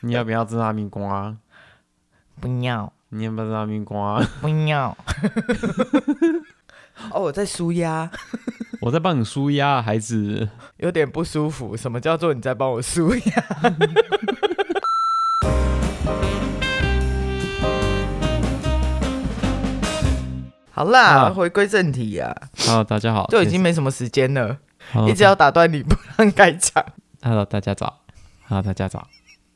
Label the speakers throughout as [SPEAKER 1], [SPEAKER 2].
[SPEAKER 1] 你要不要吃哈密瓜？
[SPEAKER 2] 不要，
[SPEAKER 1] 啊你要不要吃哈密瓜？
[SPEAKER 2] 不要，
[SPEAKER 3] 哦，我在舒压，
[SPEAKER 1] 我在帮你舒压，孩子。
[SPEAKER 3] 有点不舒服。什么叫做你在帮我舒压？ 好啦，
[SPEAKER 1] 啊哦
[SPEAKER 3] 回归正题啊，
[SPEAKER 1] Hello，大家好。
[SPEAKER 3] 就已经没什么时间了，
[SPEAKER 1] Hello，
[SPEAKER 3] 一直要打断你不让开场。
[SPEAKER 1] Hello，大家早。Hello，大家早。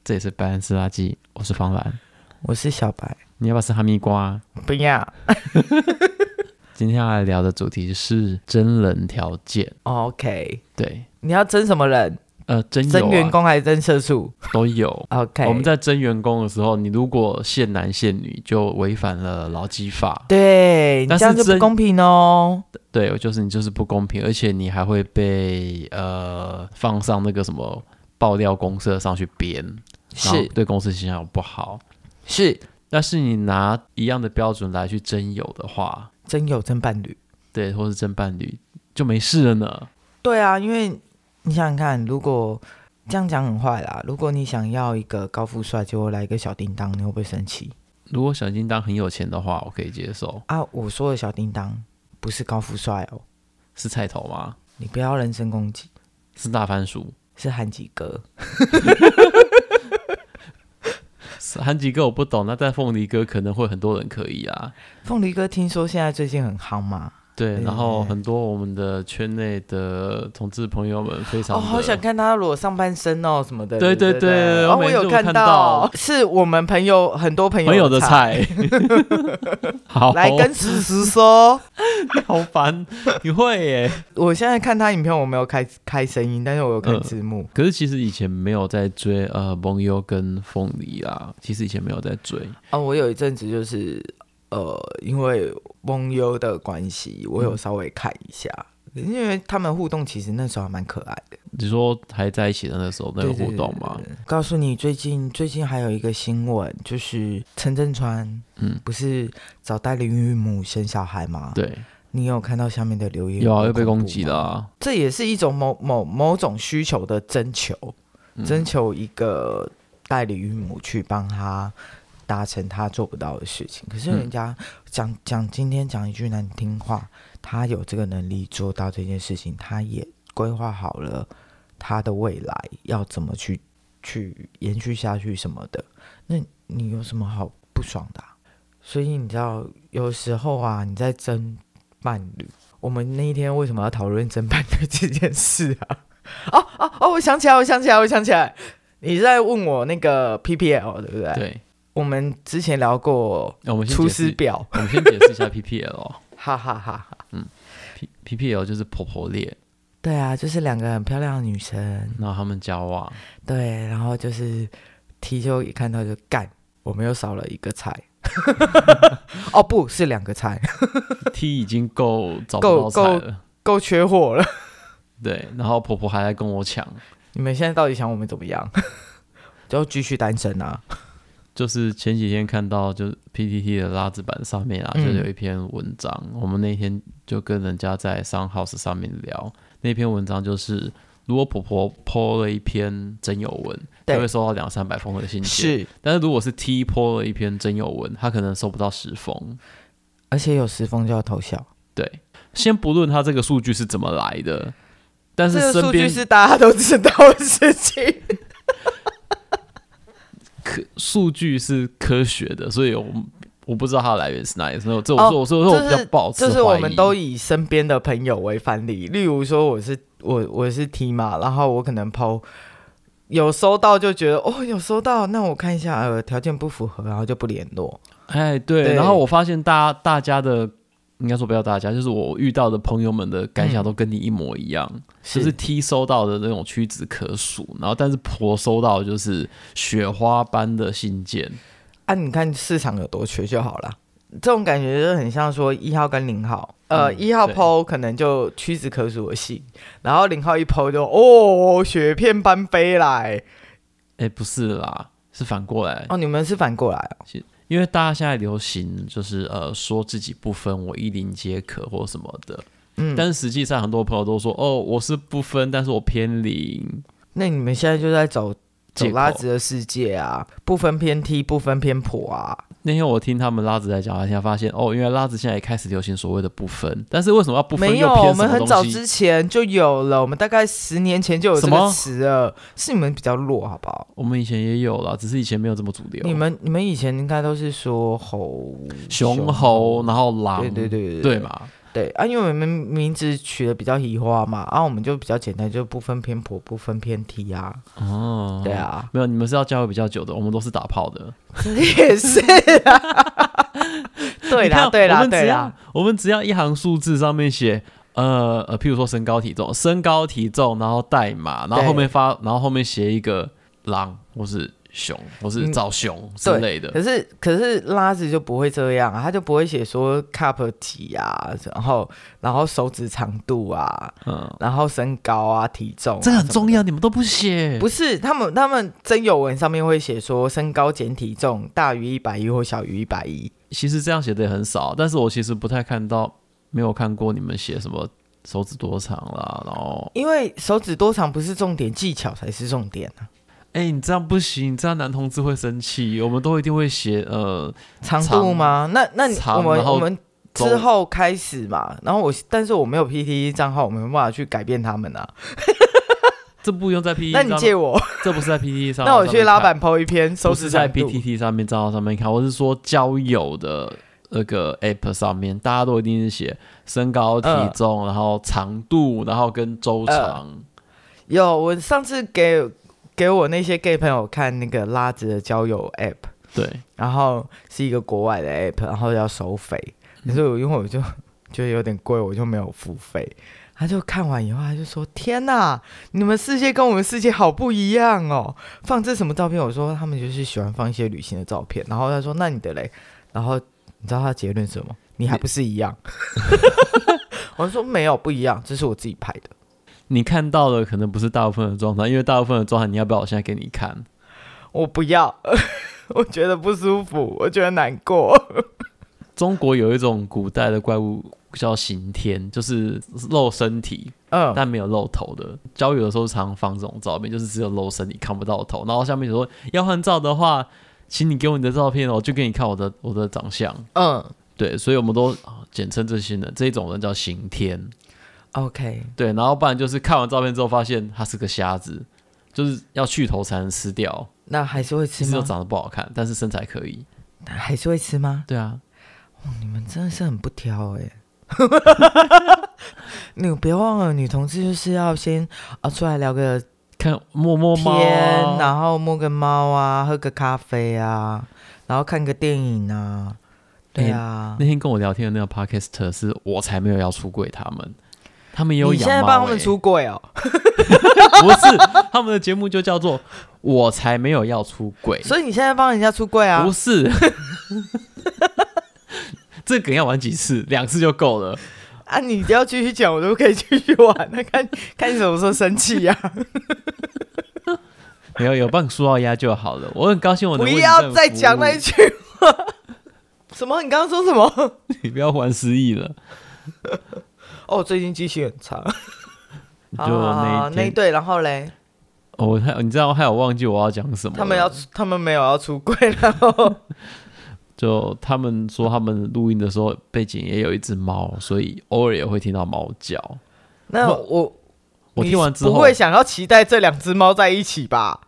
[SPEAKER 1] 这里是白兰斯垃圾，我是方兰。
[SPEAKER 3] 我是小白，
[SPEAKER 1] 你要不要吃哈密瓜？啊
[SPEAKER 3] 不要。
[SPEAKER 1] 今天要来聊的主题是真人条件。
[SPEAKER 3] OK，
[SPEAKER 1] 对，
[SPEAKER 3] 你要争什么人？
[SPEAKER 1] 呃，真有、
[SPEAKER 3] 争
[SPEAKER 1] 啊、
[SPEAKER 3] 员工还是争社畜
[SPEAKER 1] 都 有。
[SPEAKER 3] ？OK，
[SPEAKER 1] 我们在征员工的时候，你如果限男限女，就违反了劳基法。
[SPEAKER 3] 对你
[SPEAKER 1] 但
[SPEAKER 3] 这
[SPEAKER 1] 是
[SPEAKER 3] 样就不
[SPEAKER 1] 争
[SPEAKER 3] 公平哦。
[SPEAKER 1] 对，就是你就是不公平，而且你还会被呃放上那个什么爆料公社上去编，然后
[SPEAKER 3] 是
[SPEAKER 1] 对公司形象不好。
[SPEAKER 3] 是，
[SPEAKER 1] 但是你拿一样的标准来去征友的话，
[SPEAKER 3] 真有真伴侣。
[SPEAKER 1] 对，或是征伴侣就没事了呢。
[SPEAKER 3] 对啊，因为你想想看，如果这样讲很坏啦，如果你想要一个高富帅，结果来一个小叮当，你会不会生气
[SPEAKER 1] 如果小叮当很有钱的话，我可以接受。
[SPEAKER 3] 啊？我说的小叮当不是高富帅哦，
[SPEAKER 1] 是菜头吗？
[SPEAKER 3] 你不要人身攻击，
[SPEAKER 1] 是大番薯？
[SPEAKER 3] 是韩吉哥。
[SPEAKER 1] 是韩吉哥我不懂，那但凤梨哥可能会很多人可以啊。
[SPEAKER 3] 凤梨哥听说现在最近很夯嘛？
[SPEAKER 1] 对，然后
[SPEAKER 3] 对
[SPEAKER 1] 很多我们的圈内的同志朋友们非常
[SPEAKER 3] 哦，
[SPEAKER 1] 的
[SPEAKER 3] 好想看他裸上半身哦什么的。
[SPEAKER 1] 对
[SPEAKER 3] 对
[SPEAKER 1] 对对
[SPEAKER 3] 哦，
[SPEAKER 1] 我每次
[SPEAKER 3] 有
[SPEAKER 1] 都
[SPEAKER 3] 看
[SPEAKER 1] 看到
[SPEAKER 3] 是我们朋友很多朋友
[SPEAKER 1] 朋友的
[SPEAKER 3] 菜，
[SPEAKER 1] 菜。 哦好，
[SPEAKER 3] 来跟思思说。
[SPEAKER 1] 好烦，你会耶？
[SPEAKER 3] 我现在看他影片，我没有开开声音，但是我有看
[SPEAKER 1] 嗯
[SPEAKER 3] 字幕。
[SPEAKER 1] 可是其实以前没有在追呃蒙优跟凤梨啦，其实以前没有在追。
[SPEAKER 3] 啊，我有一阵子就是呃，因为翁优的关系，我
[SPEAKER 1] 嗯
[SPEAKER 3] 有稍微看一下，因为他们互动其实那时候还蛮可爱的。
[SPEAKER 1] 你说还在一起的那时候那个
[SPEAKER 3] 对对
[SPEAKER 1] 互动
[SPEAKER 3] 对
[SPEAKER 1] 吗？
[SPEAKER 3] 告诉你，最近最近还有一个新闻，就是陈振川
[SPEAKER 1] 嗯，
[SPEAKER 3] 不是找代理孕母生小孩吗？，
[SPEAKER 1] 对，
[SPEAKER 3] 你有看到下面的留言？
[SPEAKER 1] 有啊，
[SPEAKER 3] 很
[SPEAKER 1] 又被
[SPEAKER 3] 恐
[SPEAKER 1] 攻
[SPEAKER 3] 怖
[SPEAKER 1] 击
[SPEAKER 3] 吗
[SPEAKER 1] 了、啊。
[SPEAKER 3] 这也是一种某某某种需求的征求，
[SPEAKER 1] 嗯
[SPEAKER 3] 征求一个代理孕母去帮他达成他做不到的事情。可是人家讲、讲今天讲一句难听话，他有这个能力做到这件事情，他也规划好了他的未来要怎么去去延续下去什么的。那你有什么好不爽的啊、所以你知道，有时候啊，你在争伴侣。我们那一天为什么要讨论争伴侣这件事啊？ 哦哦哦！我想起来，我想起来，我想起来，你是在问我那个 PPL 对不对？
[SPEAKER 1] 对，
[SPEAKER 3] 我们之前聊过
[SPEAKER 1] 那我们先
[SPEAKER 3] 出
[SPEAKER 1] 解
[SPEAKER 3] 师
[SPEAKER 1] 释，
[SPEAKER 3] 表，
[SPEAKER 1] 我们先解释一下 PPL 哦。
[SPEAKER 3] 哈哈哈哈！
[SPEAKER 1] P PPL 就是婆婆恋，
[SPEAKER 3] 对啊，就是两个很漂亮的女生，
[SPEAKER 1] 然后他们交往，
[SPEAKER 3] 对，然后就是提就一看到就干，我们又少了一个菜。 哦，不是两个菜，
[SPEAKER 1] T 已经够找不到
[SPEAKER 3] 够
[SPEAKER 1] 菜了。
[SPEAKER 3] 够缺货了。
[SPEAKER 1] 对，然后婆婆还来跟我抢，
[SPEAKER 3] 你们现在到底想我们怎么样？就继续单身啊？
[SPEAKER 1] 就是前几天看到，就是 PTT 的拉子版上面啊，就
[SPEAKER 3] 嗯
[SPEAKER 1] 有一篇文章，我们那天就跟人家在 Sun House 上面聊，那篇文章就是，如果婆婆 PO 了一篇真友文，
[SPEAKER 3] 对
[SPEAKER 1] 就会收到两三百封的信件，
[SPEAKER 3] 是，
[SPEAKER 1] 但是如果是 T PO 了一篇真友文，她可能收不到十封。
[SPEAKER 3] 而且有时风就要偷笑。
[SPEAKER 1] 对，先不论她这个数据是怎么来的，但是
[SPEAKER 3] 这个
[SPEAKER 1] 身
[SPEAKER 3] 数据
[SPEAKER 1] 边
[SPEAKER 3] 是大家都知道的 事情。
[SPEAKER 1] 科数据是科学的，所以我我不知道它的来源是哪里，所以我这
[SPEAKER 3] 哦
[SPEAKER 1] 我说我说我
[SPEAKER 3] 就
[SPEAKER 1] 比
[SPEAKER 3] 是
[SPEAKER 1] 较保持
[SPEAKER 3] 就是我
[SPEAKER 1] 怀
[SPEAKER 3] 们
[SPEAKER 1] 疑
[SPEAKER 3] 都以身边的朋友为范例，例如说我是我我是 T 嘛，然后我可能抛有收到就觉得哦有收到，那我看一下呃条件不符合，然后就不联络。
[SPEAKER 1] 哎，对，
[SPEAKER 3] 对
[SPEAKER 1] 然后我发现大家大家的，应该说不要大家，就是我遇到的朋友们的感想都跟你一模一样，就是 T 收到的那种屈指可数，然后但是婆收到的就是雪花般的信件，
[SPEAKER 3] 啊，你看市场有多缺就好了。这种感觉就很像说一号跟零号，呃，
[SPEAKER 1] 嗯
[SPEAKER 3] 一、号
[SPEAKER 1] 对
[SPEAKER 3] 抛可能就屈指可数的信，然后零号一抛就哦雪片般飞来。
[SPEAKER 1] 哎，不是啦，是反过来，
[SPEAKER 3] 哦，你们是反过来哦，
[SPEAKER 1] 因为大家现在流行就是呃说自己不分，我一零皆可或什么的，
[SPEAKER 3] 嗯，
[SPEAKER 1] 但是实际上很多朋友都说哦我是不分，但是我偏零，
[SPEAKER 3] 那你们现在就在走
[SPEAKER 1] 借
[SPEAKER 3] 走
[SPEAKER 1] 口
[SPEAKER 3] 拉直的世界啊，不分偏梯，不分偏颇啊。
[SPEAKER 1] 那天我听他们拉子在讲，才发现哦，原来拉子现在也开始流行所谓的不分，但是为什么要不分
[SPEAKER 3] 没
[SPEAKER 1] 又
[SPEAKER 3] 有，
[SPEAKER 1] 偏
[SPEAKER 3] 我
[SPEAKER 1] 什
[SPEAKER 3] 们
[SPEAKER 1] 么
[SPEAKER 3] 很
[SPEAKER 1] 东
[SPEAKER 3] 早
[SPEAKER 1] 西？
[SPEAKER 3] 之前就有了，我们大概十年前就有这
[SPEAKER 1] 什么
[SPEAKER 3] 个词了，是你们比较弱，好不好？
[SPEAKER 1] 我们以前也有啦，只是以前没有这么主流。
[SPEAKER 3] 你们你们以前应该都是说猴
[SPEAKER 1] 熊猴，，然后狼，
[SPEAKER 3] 对对对
[SPEAKER 1] 对
[SPEAKER 3] 对
[SPEAKER 1] 嘛？
[SPEAKER 3] 对啊，因为我们名字取的比较移花嘛，啊，我们就比较简单，就不分偏颇，不分偏题啊，
[SPEAKER 1] 哦，
[SPEAKER 3] 对， 啊，
[SPEAKER 1] 没有，你们是要交友比较久的，我们都是打炮的。
[SPEAKER 3] 也是啊，对
[SPEAKER 1] 你看
[SPEAKER 3] 啦 对
[SPEAKER 1] 我
[SPEAKER 3] 啦
[SPEAKER 1] 们只
[SPEAKER 3] 对
[SPEAKER 1] 要
[SPEAKER 3] 啦，
[SPEAKER 1] 我们只要一行数字上面写。呃呃，譬如说身高体重，身高体重，然后代码，然后
[SPEAKER 3] 对
[SPEAKER 1] 后面发，然后后面写一个狼，或是熊，或是
[SPEAKER 3] 嗯
[SPEAKER 1] 找熊之
[SPEAKER 3] 对
[SPEAKER 1] 类的。
[SPEAKER 3] 可是可是拉子就不会这样啊，他就不会写说 cup 几啊，然后然后手指长度啊，
[SPEAKER 1] 嗯，
[SPEAKER 3] 然后身高啊体重啊
[SPEAKER 1] 这个很
[SPEAKER 3] 什么
[SPEAKER 1] 重要，你们都不写。
[SPEAKER 3] 不是，他们他们真有文上面会写说身高减体重大于一百一或小于一百一，
[SPEAKER 1] 其实这样写的也很少，但是我其实不太看到，没有看过你们写什么手指多长啦，然后，
[SPEAKER 3] 因为手指多长不是重点，技巧才是重点啊。
[SPEAKER 1] 哎、你这样不行，你这样男同志会生气，我们都一定会写，呃，
[SPEAKER 3] 长度吗？那那你
[SPEAKER 1] 长
[SPEAKER 3] 我们
[SPEAKER 1] 然后
[SPEAKER 3] 我们
[SPEAKER 1] 走
[SPEAKER 3] 之后开始嘛，然后我但是我没有 PTT 账号，我没有办法去改变他们啊。
[SPEAKER 1] 这不用在 PPT
[SPEAKER 3] 那
[SPEAKER 1] 上
[SPEAKER 3] 你
[SPEAKER 1] 面，
[SPEAKER 3] 借我，
[SPEAKER 1] 这不是在 PPT 上，
[SPEAKER 3] 那我
[SPEAKER 1] 上
[SPEAKER 3] 去
[SPEAKER 1] 面
[SPEAKER 3] 拉
[SPEAKER 1] 看，
[SPEAKER 3] 板 PO 一篇手
[SPEAKER 1] 不
[SPEAKER 3] 指
[SPEAKER 1] 是
[SPEAKER 3] 长
[SPEAKER 1] 在 E
[SPEAKER 3] 度。
[SPEAKER 1] PTT 上面账号上面看，我是说交友的。那个 app 上面，大家都一定是写身高、体
[SPEAKER 3] 嗯
[SPEAKER 1] 重，然后长度，然后跟周
[SPEAKER 3] 嗯
[SPEAKER 1] 长。
[SPEAKER 3] 有，我上次给给我那些 gay 朋友看那个拉子的交友 app，
[SPEAKER 1] 对，
[SPEAKER 3] 然后是一个国外的 app，然后要收费，可是我因为我就 觉得有点贵，我就没有付费。他就看完以后，他就说：“天哪，你们世界跟我们世界好不一样哦！放这什么照片？”我说：“他们就是喜欢放一些旅行的照片。”然后他说：“那你的嘞？”然后你知道他的结论是什么？你还不是一 样？我说：“没有，不一样，这是我自己拍的。
[SPEAKER 1] 你看到的可能不是大部分的状态，因为大部分的状态，你要不要我现在给你看？
[SPEAKER 3] 我不要， 我觉得不舒服，我觉得难过。
[SPEAKER 1] 中国有一种古代的怪物叫刑天，就是露身体
[SPEAKER 3] 嗯，
[SPEAKER 1] 但没有露头的。交友的时候常放这种照片，就是只有露身体看不到头。然后下面就说要换照的话，请你给我你的照片哦，我就给你看我的我的长相。
[SPEAKER 3] 嗯
[SPEAKER 1] 对，所以我们都啊简称这些人，这种人叫刑天。
[SPEAKER 3] ，OK，
[SPEAKER 1] 对，然后不然就是看完照片之后发现他是个瞎子，就是要去头才能吃掉，
[SPEAKER 3] 那还是会吃
[SPEAKER 1] 其实
[SPEAKER 3] 吗
[SPEAKER 1] 又？长得不好看，但是身材可以。
[SPEAKER 3] 还是会吃吗？
[SPEAKER 1] 对啊，
[SPEAKER 3] 你们真的是很不挑哎、 你别忘了，女同志就是要先啊出来聊个
[SPEAKER 1] 看摸摸猫、
[SPEAKER 3] 天，
[SPEAKER 1] 啊，
[SPEAKER 3] 然后摸个猫啊，喝个咖啡啊，然后看个电影
[SPEAKER 1] 哎
[SPEAKER 3] 啊，对啊。
[SPEAKER 1] 那天跟我聊天的那个 podcaster 是我才没有要出柜，他们他们也有
[SPEAKER 3] 你
[SPEAKER 1] 养猫、欸，
[SPEAKER 3] 现在帮他们出柜哦，
[SPEAKER 1] 不是他们的节目就叫做“我才没有要出柜
[SPEAKER 3] 所以你现在帮人家出柜”，啊
[SPEAKER 1] 不？是。 这梗要玩几次？两次就够了。
[SPEAKER 3] 啊，你只要继续讲，我都可以继续玩。那看 看你什么时候生气呀、啊？
[SPEAKER 1] 没有有帮你说到压就好了。我很高 兴我能
[SPEAKER 3] 不
[SPEAKER 1] 为你
[SPEAKER 3] 要再
[SPEAKER 1] 证服务
[SPEAKER 3] 讲那一句话。 什么？你刚刚说什么？
[SPEAKER 1] 你不要玩失忆了。
[SPEAKER 3] 哦，最近记性很差。
[SPEAKER 1] 就
[SPEAKER 3] 好好好
[SPEAKER 1] 那一
[SPEAKER 3] 啊那一
[SPEAKER 1] 天，
[SPEAKER 3] 对，然后嘞，
[SPEAKER 1] 哦我还、你知道我还有忘记我要讲什么了？
[SPEAKER 3] 他们要出他们没有要出柜，然后
[SPEAKER 1] 就他们说他们录音的时候背景也有一只猫，所以偶尔也会听到猫叫。
[SPEAKER 3] 那
[SPEAKER 1] 我
[SPEAKER 3] 我
[SPEAKER 1] 我
[SPEAKER 3] 你
[SPEAKER 1] 听完之后
[SPEAKER 3] 不会想要期待这两只猫在一起吧？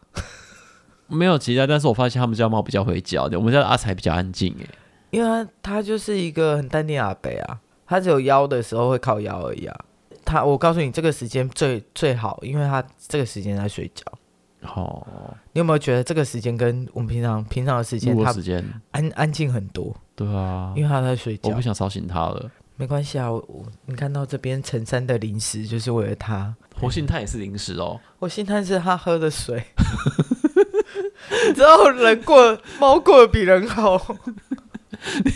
[SPEAKER 1] 没有期待，但是我发现他们家猫比较会叫，我们家的阿才比较安静哎。
[SPEAKER 3] 因为他他就是一个很淡定的阿伯啊，他只有腰的时候会靠腰而已啊。他我告诉你，这个时间最最好，因为他这个时间在睡觉。
[SPEAKER 1] 好、
[SPEAKER 3] 你有没有觉得这个时间跟我们平常平常的时
[SPEAKER 1] 录
[SPEAKER 3] 间，
[SPEAKER 1] 播
[SPEAKER 3] 他
[SPEAKER 1] 时间，
[SPEAKER 3] 安安静很多，
[SPEAKER 1] 对啊
[SPEAKER 3] 因，为他在睡
[SPEAKER 1] 我
[SPEAKER 3] 觉
[SPEAKER 1] 不。想吵醒他了。
[SPEAKER 3] 没关系啊，我我你看到这边陈山的零食就是为了他，
[SPEAKER 1] 活性炭也是零食 哦，
[SPEAKER 3] 我心叹是他喝的水。 你知道人过猫过得比人 好，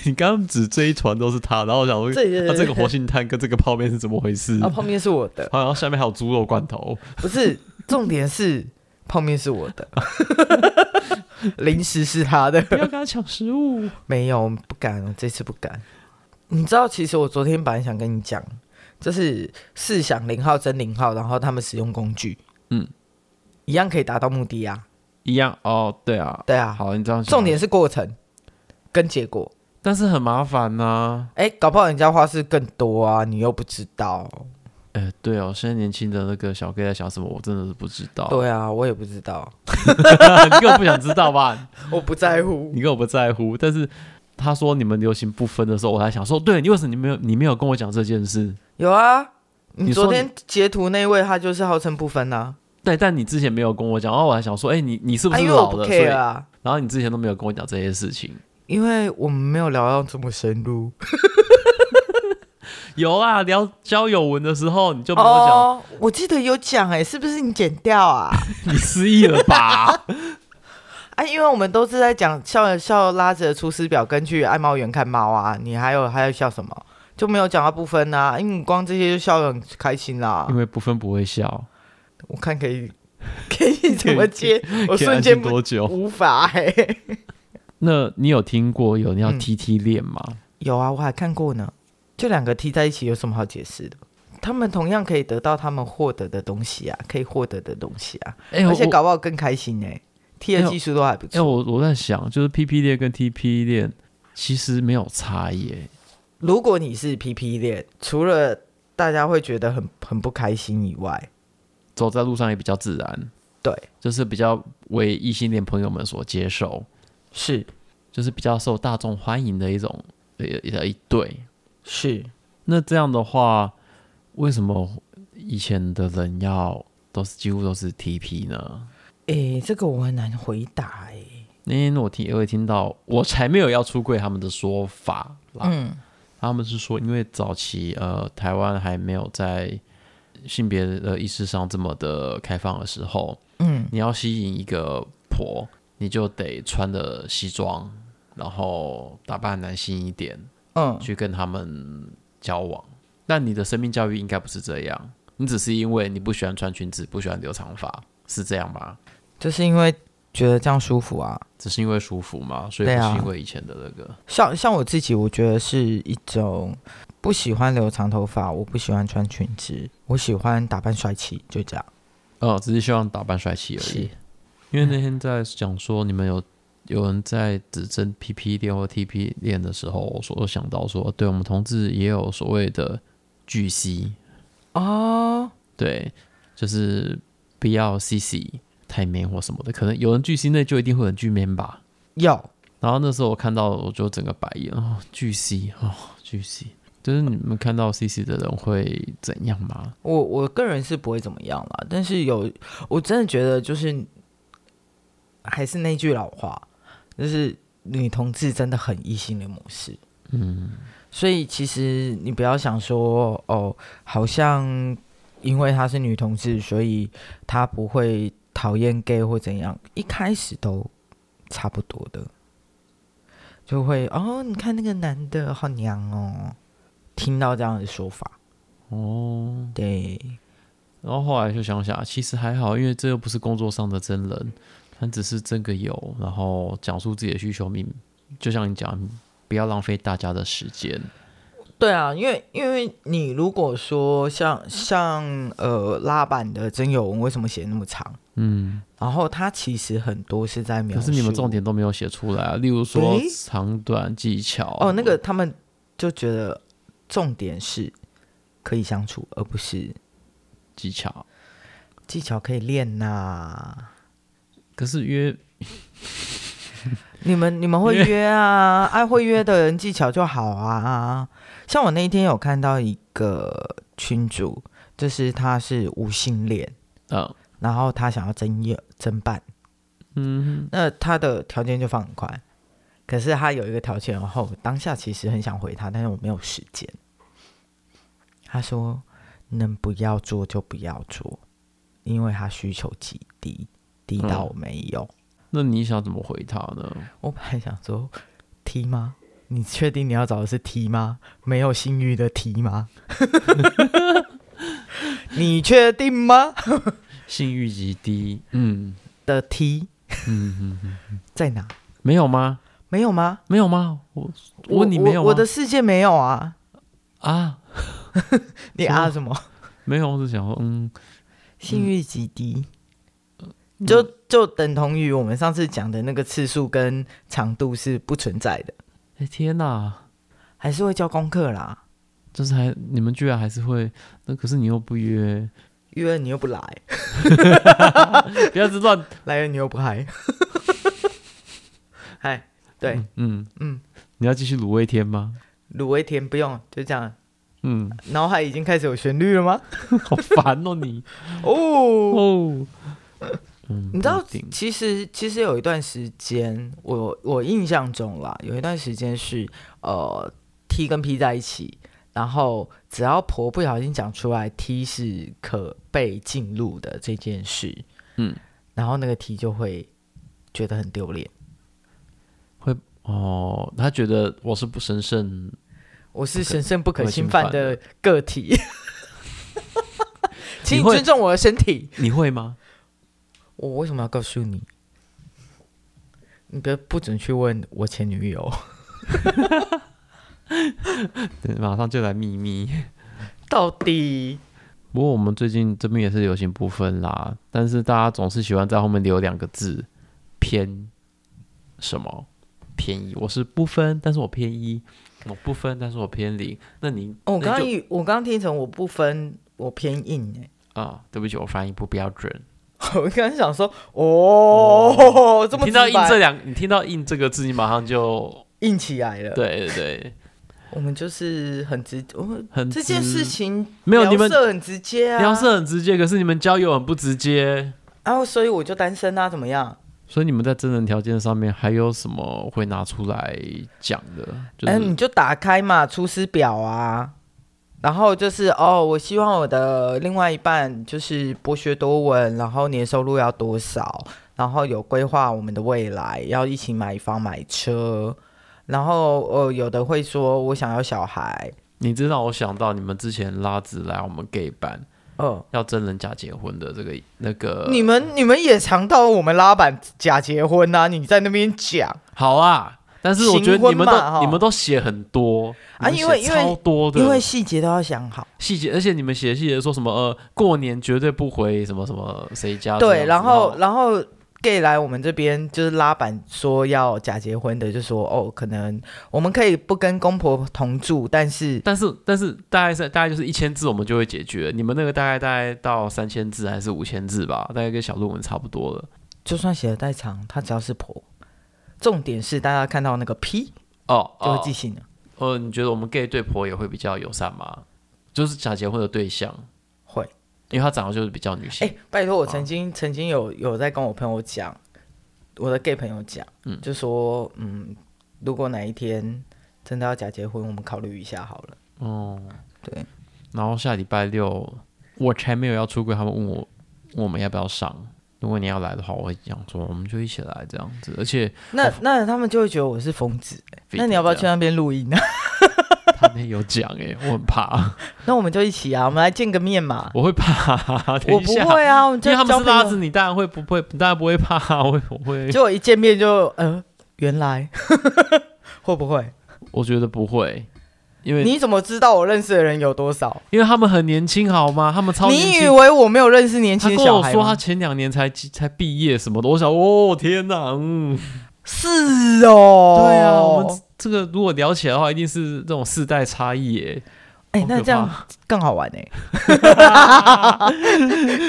[SPEAKER 1] 你刚刚指这一团都是他，然后我想说，
[SPEAKER 3] 这也
[SPEAKER 1] 那、这个活性炭跟这个泡面是怎么回事？
[SPEAKER 3] 啊泡面是我的，
[SPEAKER 1] 好像下面还有猪肉罐头，
[SPEAKER 3] 不是重点是泡面是我的， 零食是他的，
[SPEAKER 1] 不要跟他抢食物。
[SPEAKER 3] 没有不敢，我这次不敢。你知道，其实我昨天本来想跟你讲，就是试想零号真零号，然后他们使用工具，
[SPEAKER 1] 嗯，
[SPEAKER 3] 一样可以达到目的啊。
[SPEAKER 1] 一样哦，对啊，
[SPEAKER 3] 对啊，
[SPEAKER 1] 好，你这样想
[SPEAKER 3] 重点，是过程跟结果。
[SPEAKER 1] 但是很麻烦呐、
[SPEAKER 3] 哎，搞不好人家花式更多啊，你又不知道。
[SPEAKER 1] 哎、对哦，现在年轻的那个小 gay 在想什么，我真的是不知道。
[SPEAKER 3] 对啊，我也不知道，
[SPEAKER 1] 你根本不想知道吧？
[SPEAKER 3] 我不在乎。
[SPEAKER 1] 你根本不在乎。但是他说你们流行不分的时候，我还想说，对你为什么你没有你没有跟我讲这件事？
[SPEAKER 3] 有啊，
[SPEAKER 1] 你
[SPEAKER 3] 你
[SPEAKER 1] 说
[SPEAKER 3] 昨天截图那位他就是号称不分啊，
[SPEAKER 1] 对，但你之前没有跟我讲，然后我还想说，哎、你你是不
[SPEAKER 3] 啊，
[SPEAKER 1] 是
[SPEAKER 3] 因为我
[SPEAKER 1] 老
[SPEAKER 3] 不
[SPEAKER 1] 的？所以
[SPEAKER 3] care 啊，
[SPEAKER 1] 然后你之前都没有跟我讲这些事情。
[SPEAKER 3] 因为我们没有聊到这么深入。
[SPEAKER 1] 有啊，聊交友文的时候你就没有讲，
[SPEAKER 3] 哦，我记得有讲哎、是不是你剪掉啊？
[SPEAKER 1] 你失忆了吧？
[SPEAKER 3] 啊，因为我们都是在讲笑笑拉着出师表跟去爱猫园看猫啊，你还有还要笑什么？就没有讲到不分啊，因为你光这些就笑得很开心啦
[SPEAKER 1] 因。为不分不会笑，
[SPEAKER 3] 我看可以 可以怎么接，我
[SPEAKER 1] 可以安
[SPEAKER 3] 瞬
[SPEAKER 1] 静
[SPEAKER 3] 间不
[SPEAKER 1] 多久？
[SPEAKER 3] 无法哎、
[SPEAKER 1] 那你有听过有人要
[SPEAKER 3] 嗯
[SPEAKER 1] T T 恋吗？
[SPEAKER 3] 有啊，我还看过呢。这两个 T 在一起有什么好解释的？他们同样可以得到他们获得的东西啊，可以获得的东西啊，
[SPEAKER 1] 哎、
[SPEAKER 3] 而且
[SPEAKER 1] 我
[SPEAKER 3] 搞不好更开心呢、T
[SPEAKER 1] 哎
[SPEAKER 3] 欸的
[SPEAKER 1] 呦
[SPEAKER 3] 技术都还不
[SPEAKER 1] 哎、
[SPEAKER 3] 错。
[SPEAKER 1] 我我在想，就是 P P 恋跟 T P 恋其实没有差异、
[SPEAKER 3] 如果你是 PP 恋，除了大家会觉得很很不开心以外，
[SPEAKER 1] 走在路上也比较自然，
[SPEAKER 3] 对，
[SPEAKER 1] 就是比较为异性恋朋友们所接受，
[SPEAKER 3] 是
[SPEAKER 1] 就是比较受大众欢迎的一种呃一一对。
[SPEAKER 3] 是，
[SPEAKER 1] 那这样的话，为什么以前的人要都是几乎都是 T P 呢？
[SPEAKER 3] 诶、这个我很难回答欸诶、
[SPEAKER 1] 那天我听也会听到，我才没有要出柜他们的说法啦。
[SPEAKER 3] 嗯，
[SPEAKER 1] 他们是说，因为早期呃台湾还没有在性别的意识上这么的开放的时候，
[SPEAKER 3] 嗯，
[SPEAKER 1] 你要吸引一个婆，你就得穿的西装，然后打扮男性一点，
[SPEAKER 3] 嗯，
[SPEAKER 1] 去跟他们交往。但你的生命教育应该不是这样，你只是因为你不喜欢穿裙子，不喜欢留长发，是这样吧？
[SPEAKER 3] 就是因为觉得这样舒服啊。
[SPEAKER 1] 只是因为舒服嘛，所以
[SPEAKER 3] 对
[SPEAKER 1] 不
[SPEAKER 3] 啊
[SPEAKER 1] 是因为以前的那个。
[SPEAKER 3] 像像我自己，我觉得是一种不喜欢留长头发，我不喜欢穿裙子，我喜欢打扮帅气，就这样。
[SPEAKER 1] 哦，只是希望打扮帅气而
[SPEAKER 3] 是
[SPEAKER 1] 已。因为那天在讲说你们有有人在指针 PP 恋或 TP 恋的时候，我所想到说，对我们同志也有所谓的巨 C，
[SPEAKER 3] 哦，
[SPEAKER 1] 对，就是不要 CC 太 man 或什么的，可能有人巨 C 那就一定会很巨 man 吧。
[SPEAKER 3] 有
[SPEAKER 1] 然后那时候我看到我就整个白眼哦，巨 C 哦，巨 C，就是你们看到 CC 的人会怎样吗？
[SPEAKER 3] 我我个人是不会怎么样啦，但是有我真的觉得就是还是那句老话，就是女同志真的很异性的模式。
[SPEAKER 1] 嗯，
[SPEAKER 3] 所以其实你不要想说哦，好像因为她是女同志，所以她不会讨厌 gay 或怎样，一开始都差不多的，就会哦，你看那个男的好娘哦，听到这样的说法，
[SPEAKER 1] 哦。
[SPEAKER 3] 对，
[SPEAKER 1] 然后后来就想想，其实还好，因为这又不是工作上的真人，他只是真个有，然后讲述自己的需求，明就像你讲，不要浪费大家的时间。
[SPEAKER 3] 对啊，因为因为你如果说像像呃拉板的真有文为什么写那么长，
[SPEAKER 1] 嗯，
[SPEAKER 3] 然后他其实很多是在描
[SPEAKER 1] 可
[SPEAKER 3] 述，
[SPEAKER 1] 是你们重点都没有写出来啊，例如说
[SPEAKER 3] 诶
[SPEAKER 1] 长短技巧。
[SPEAKER 3] 哦，那个他们就觉得重点是可以相处，而不是
[SPEAKER 1] 技巧，
[SPEAKER 3] 技巧可以练呐、
[SPEAKER 1] 可是约
[SPEAKER 3] 你们你们会
[SPEAKER 1] 约
[SPEAKER 3] 约啊？爱会约的人技巧就好啊。像我那一天有看到一个群主，就是他是无性恋，
[SPEAKER 1] 呃
[SPEAKER 3] 然后他想要争一争办，
[SPEAKER 1] 嗯
[SPEAKER 3] 那他的条件就放很宽，可是他有一个条件，然后我当下其实很想回他，但是我没有时间。他说：“能不要做就不要做，因为他需求极低，低到我没有。
[SPEAKER 1] 那你想怎么回他呢？
[SPEAKER 3] 我本来想说 T 吗？你确定你要找的是 T 吗？没有性欲的 T 吗？ 你确定吗？
[SPEAKER 1] 性欲极低，嗯
[SPEAKER 3] 的 T
[SPEAKER 1] 嗯嗯嗯，
[SPEAKER 3] 在哪？
[SPEAKER 1] 没有吗？
[SPEAKER 3] 没有吗？
[SPEAKER 1] 没有吗？我我问你没有吗？
[SPEAKER 3] 我我的世界没有啊！
[SPEAKER 1] 啊，
[SPEAKER 3] 你啊什么？
[SPEAKER 1] 没有，我只想说，嗯，
[SPEAKER 3] 性欲极低，
[SPEAKER 1] 嗯
[SPEAKER 3] 就就等同于我们上次讲的那个次数跟长度是不存在的，
[SPEAKER 1] 哎、天哪，
[SPEAKER 3] 还是会交功课啦。
[SPEAKER 1] 就是还你们居然还是会，那可是你又不 约，
[SPEAKER 3] 约了你又不来，
[SPEAKER 1] 不要是乱，
[SPEAKER 3] 来了你又不嗨， 嗨，对，
[SPEAKER 1] 嗯
[SPEAKER 3] 嗯
[SPEAKER 1] 嗯，你要继续卤味天吗？
[SPEAKER 3] 卤味甜不用，就这样。
[SPEAKER 1] 嗯，
[SPEAKER 3] 脑海已经开始有旋律了吗？
[SPEAKER 1] 好烦哦你
[SPEAKER 3] 哦，
[SPEAKER 1] 哦，嗯，
[SPEAKER 3] 你知道
[SPEAKER 1] 不一定，
[SPEAKER 3] 其实其实有一段时间，我我印象中啦，有一段时间是呃 T 跟 P 在一起，然后只要婆不小心讲出来 T 是可被进入的这件事，
[SPEAKER 1] 嗯，
[SPEAKER 3] 然后那个 T 就会觉得很丢脸。
[SPEAKER 1] 会哦，他觉得我是不神圣，
[SPEAKER 3] 我是
[SPEAKER 1] 不可
[SPEAKER 3] 神圣不可
[SPEAKER 1] 不可
[SPEAKER 3] 侵
[SPEAKER 1] 侵
[SPEAKER 3] 犯
[SPEAKER 1] 犯
[SPEAKER 3] 的 个体，请你
[SPEAKER 1] 会
[SPEAKER 3] 尊重我的身体。
[SPEAKER 1] 你会吗？
[SPEAKER 3] 我为什么要告诉你？你别不准去问我前女友。
[SPEAKER 1] 对，马上就来秘密。
[SPEAKER 3] 到底
[SPEAKER 1] 不过我们最近这边也是流行不分啦，但是大家总是喜欢在后面留两个字“偏”什么偏一。我是不分，但是我偏一；我不分，但是我偏零。那你
[SPEAKER 3] 哦我刚
[SPEAKER 1] 那
[SPEAKER 3] 刚
[SPEAKER 1] 你
[SPEAKER 3] 以我刚刚听成我不分，我偏硬哎、
[SPEAKER 1] 就啊、对不起，我发音不标准。
[SPEAKER 3] 我刚刚想说，哦， 这
[SPEAKER 1] 你
[SPEAKER 3] 么
[SPEAKER 1] 听到“
[SPEAKER 3] 直
[SPEAKER 1] 硬”
[SPEAKER 3] 白
[SPEAKER 1] 这两，你听到“硬”这个字，你马上 就
[SPEAKER 3] 硬起来了。，
[SPEAKER 1] 对对对，
[SPEAKER 3] 我们就是很直，我们
[SPEAKER 1] 很
[SPEAKER 3] 这件
[SPEAKER 1] 直
[SPEAKER 3] 事情
[SPEAKER 1] 没有你们
[SPEAKER 3] 聊色很直接啊，
[SPEAKER 1] 聊色很直接，可是你们交友很不直接。
[SPEAKER 3] 然后、所以我就单身啊，怎么样？
[SPEAKER 1] 所以你们在真人条件上面还有什么会拿出来讲的？就
[SPEAKER 3] 哎、
[SPEAKER 1] 是、
[SPEAKER 3] 你就打开嘛，出师表啊。然后就是哦，我希望我的另外一半就是博学多闻，然后年收入要多少，然后有规划我们的未来，要一起买房买车。然后呃，有的会说我想要小孩，
[SPEAKER 1] 你知道，我想到你们之前拉子来我们 gay 班
[SPEAKER 3] 呃，
[SPEAKER 1] 要真人假结婚的这个那个，
[SPEAKER 3] 你们你们也常到我们拉板假结婚呐、你在那边讲
[SPEAKER 1] 好啊，但是我觉
[SPEAKER 3] 行婚
[SPEAKER 1] 得你们
[SPEAKER 3] 嘛
[SPEAKER 1] 都
[SPEAKER 3] 哈
[SPEAKER 1] 你们都写很多
[SPEAKER 3] 啊
[SPEAKER 1] 你们
[SPEAKER 3] 因为
[SPEAKER 1] 写
[SPEAKER 3] 因为
[SPEAKER 1] 超多的，
[SPEAKER 3] 因为细节都要想好。
[SPEAKER 1] 细节，而且你们写细节说什么呃过年绝对不回什么什么谁家这样子
[SPEAKER 3] 对，
[SPEAKER 1] 哦
[SPEAKER 3] 然后然后 gay 来我们这边就是拉板说要假结婚的，就说哦，可能我们可以不跟公婆同住，但是
[SPEAKER 1] 但是但是大概是大概就是一千字我们就会解决，你们那个大概大概到三千字还是五千字吧，大概跟小论文差不多了。
[SPEAKER 3] 就算写的再长，他只要是婆，重点是大家看到那个 P
[SPEAKER 1] 哦，
[SPEAKER 3] 就
[SPEAKER 1] 哦
[SPEAKER 3] 会记性了。
[SPEAKER 1] 呃，你觉得我们 gay 对婆也会比较友善吗？就是假结婚的对象，
[SPEAKER 3] 会，
[SPEAKER 1] 因为她长得就是比较女性。
[SPEAKER 3] 哎、拜
[SPEAKER 1] 哦
[SPEAKER 3] 托，我曾经、曾经有有在跟我朋友讲，我的 gay 朋友讲，
[SPEAKER 1] 嗯
[SPEAKER 3] 就说嗯，如果哪一天真的要假结婚，我们考虑一下好了。
[SPEAKER 1] 哦，
[SPEAKER 3] 对。
[SPEAKER 1] 然后下礼拜六我才没有要出柜，他们问我问我们要不要上。如果你要来的话，我会讲说我们就一起来这样子。而且
[SPEAKER 3] 那那他们就会觉得我是疯子、
[SPEAKER 1] 哎
[SPEAKER 3] 那你要不要去？那边录音呢？
[SPEAKER 1] 他们有讲哎、我很怕，
[SPEAKER 3] 那我们就一起啊，我们来见个面嘛。
[SPEAKER 1] 我会怕。等
[SPEAKER 3] 我
[SPEAKER 1] 一
[SPEAKER 3] 不
[SPEAKER 1] 下，
[SPEAKER 3] 会啊，我
[SPEAKER 1] 因
[SPEAKER 3] 就
[SPEAKER 1] 为他们
[SPEAKER 3] 交
[SPEAKER 1] 是
[SPEAKER 3] 朋友
[SPEAKER 1] 拉子，你当然会不会，你当然不会怕、啊。我我会，
[SPEAKER 3] 结果一见面 就呃，原来 会不会？
[SPEAKER 1] 我觉得不会，因为
[SPEAKER 3] 你怎么知道我认识的人有多少？
[SPEAKER 1] 因为他们很年轻好吗？他们超年轻。
[SPEAKER 3] 你以为我没有认识年
[SPEAKER 1] 他
[SPEAKER 3] 轻
[SPEAKER 1] 跟
[SPEAKER 3] 的小
[SPEAKER 1] 我
[SPEAKER 3] 孩
[SPEAKER 1] 说他
[SPEAKER 3] 吗？
[SPEAKER 1] 前两年才才毕业什么的，我想哦天哪，嗯，
[SPEAKER 3] 是哦，
[SPEAKER 1] 对啊，我们这个如果聊起来的话，一定是这种世代差异 耶。
[SPEAKER 3] 哎、
[SPEAKER 1] 好可
[SPEAKER 3] 那
[SPEAKER 1] 怕
[SPEAKER 3] 这样更好玩 哎、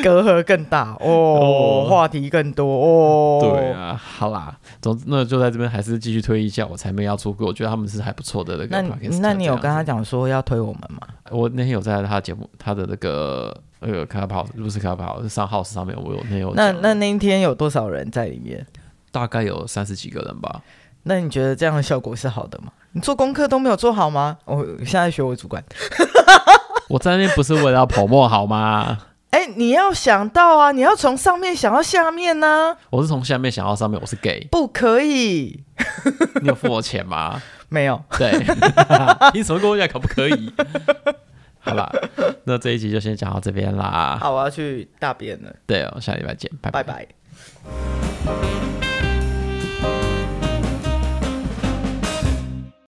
[SPEAKER 3] 隔阂更大哦，
[SPEAKER 1] 哦
[SPEAKER 3] 话题更多哦，
[SPEAKER 1] 对，啊，好啦，总之那就在这边还是继续推一下，我才没要出柜，我觉得他们是还不错的那
[SPEAKER 3] 那
[SPEAKER 1] 个 podcast 这样
[SPEAKER 3] 你
[SPEAKER 1] 子。
[SPEAKER 3] 那你有跟他讲说要推我们吗？
[SPEAKER 1] 我那天有在他的节目，他的那个那个 Clubhouse 不是 Clubhouse 是上 House 上面，我有那天有
[SPEAKER 3] 那
[SPEAKER 1] 讲
[SPEAKER 3] 那那一天有多少人在里面？
[SPEAKER 1] 大概有三十几个人吧。
[SPEAKER 3] 那你觉得这样的效果是好的吗？你做功课都没有做好吗？我、现在学我主管。
[SPEAKER 1] 我在那边不是为了要泡沫好吗？
[SPEAKER 3] 哎、你要想到啊，你要从上面想到下面呢、
[SPEAKER 1] 我是从下面想到上面，我是 gay，
[SPEAKER 3] 不可以。
[SPEAKER 1] 你有付我钱吗？
[SPEAKER 3] 没有，
[SPEAKER 1] 对，凭什么跟我讲可不可以？ 好啦，那这一集就先讲到这边啦。
[SPEAKER 3] 好，我要去大便了，
[SPEAKER 1] 对哦，下礼拜见，拜
[SPEAKER 3] 拜
[SPEAKER 1] 拜
[SPEAKER 3] 拜。